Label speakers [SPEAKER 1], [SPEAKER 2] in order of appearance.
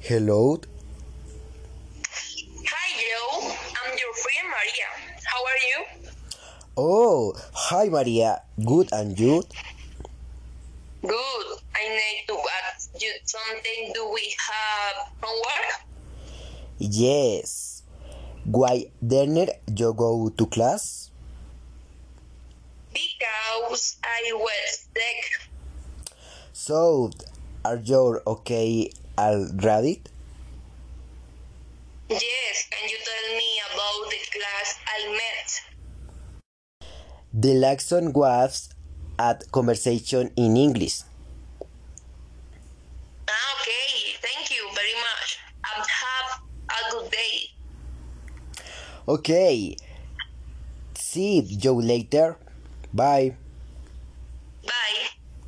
[SPEAKER 1] Hello.
[SPEAKER 2] Hi, Joe. I'm your friend Maria. How are you?
[SPEAKER 1] Oh, hi Maria. Good and you?
[SPEAKER 2] Good. I need to ask you something. Do we have homework?
[SPEAKER 1] Yes. Why didn't you go to class?
[SPEAKER 2] Because I was sick.
[SPEAKER 1] So, are you okay already?
[SPEAKER 2] Yes, can you tell me about the class I met?
[SPEAKER 1] The lesson was at conversation in English.
[SPEAKER 2] Ah, okay. Thank you very much. And Um, have a good day.
[SPEAKER 1] Okay. See you later. Bye.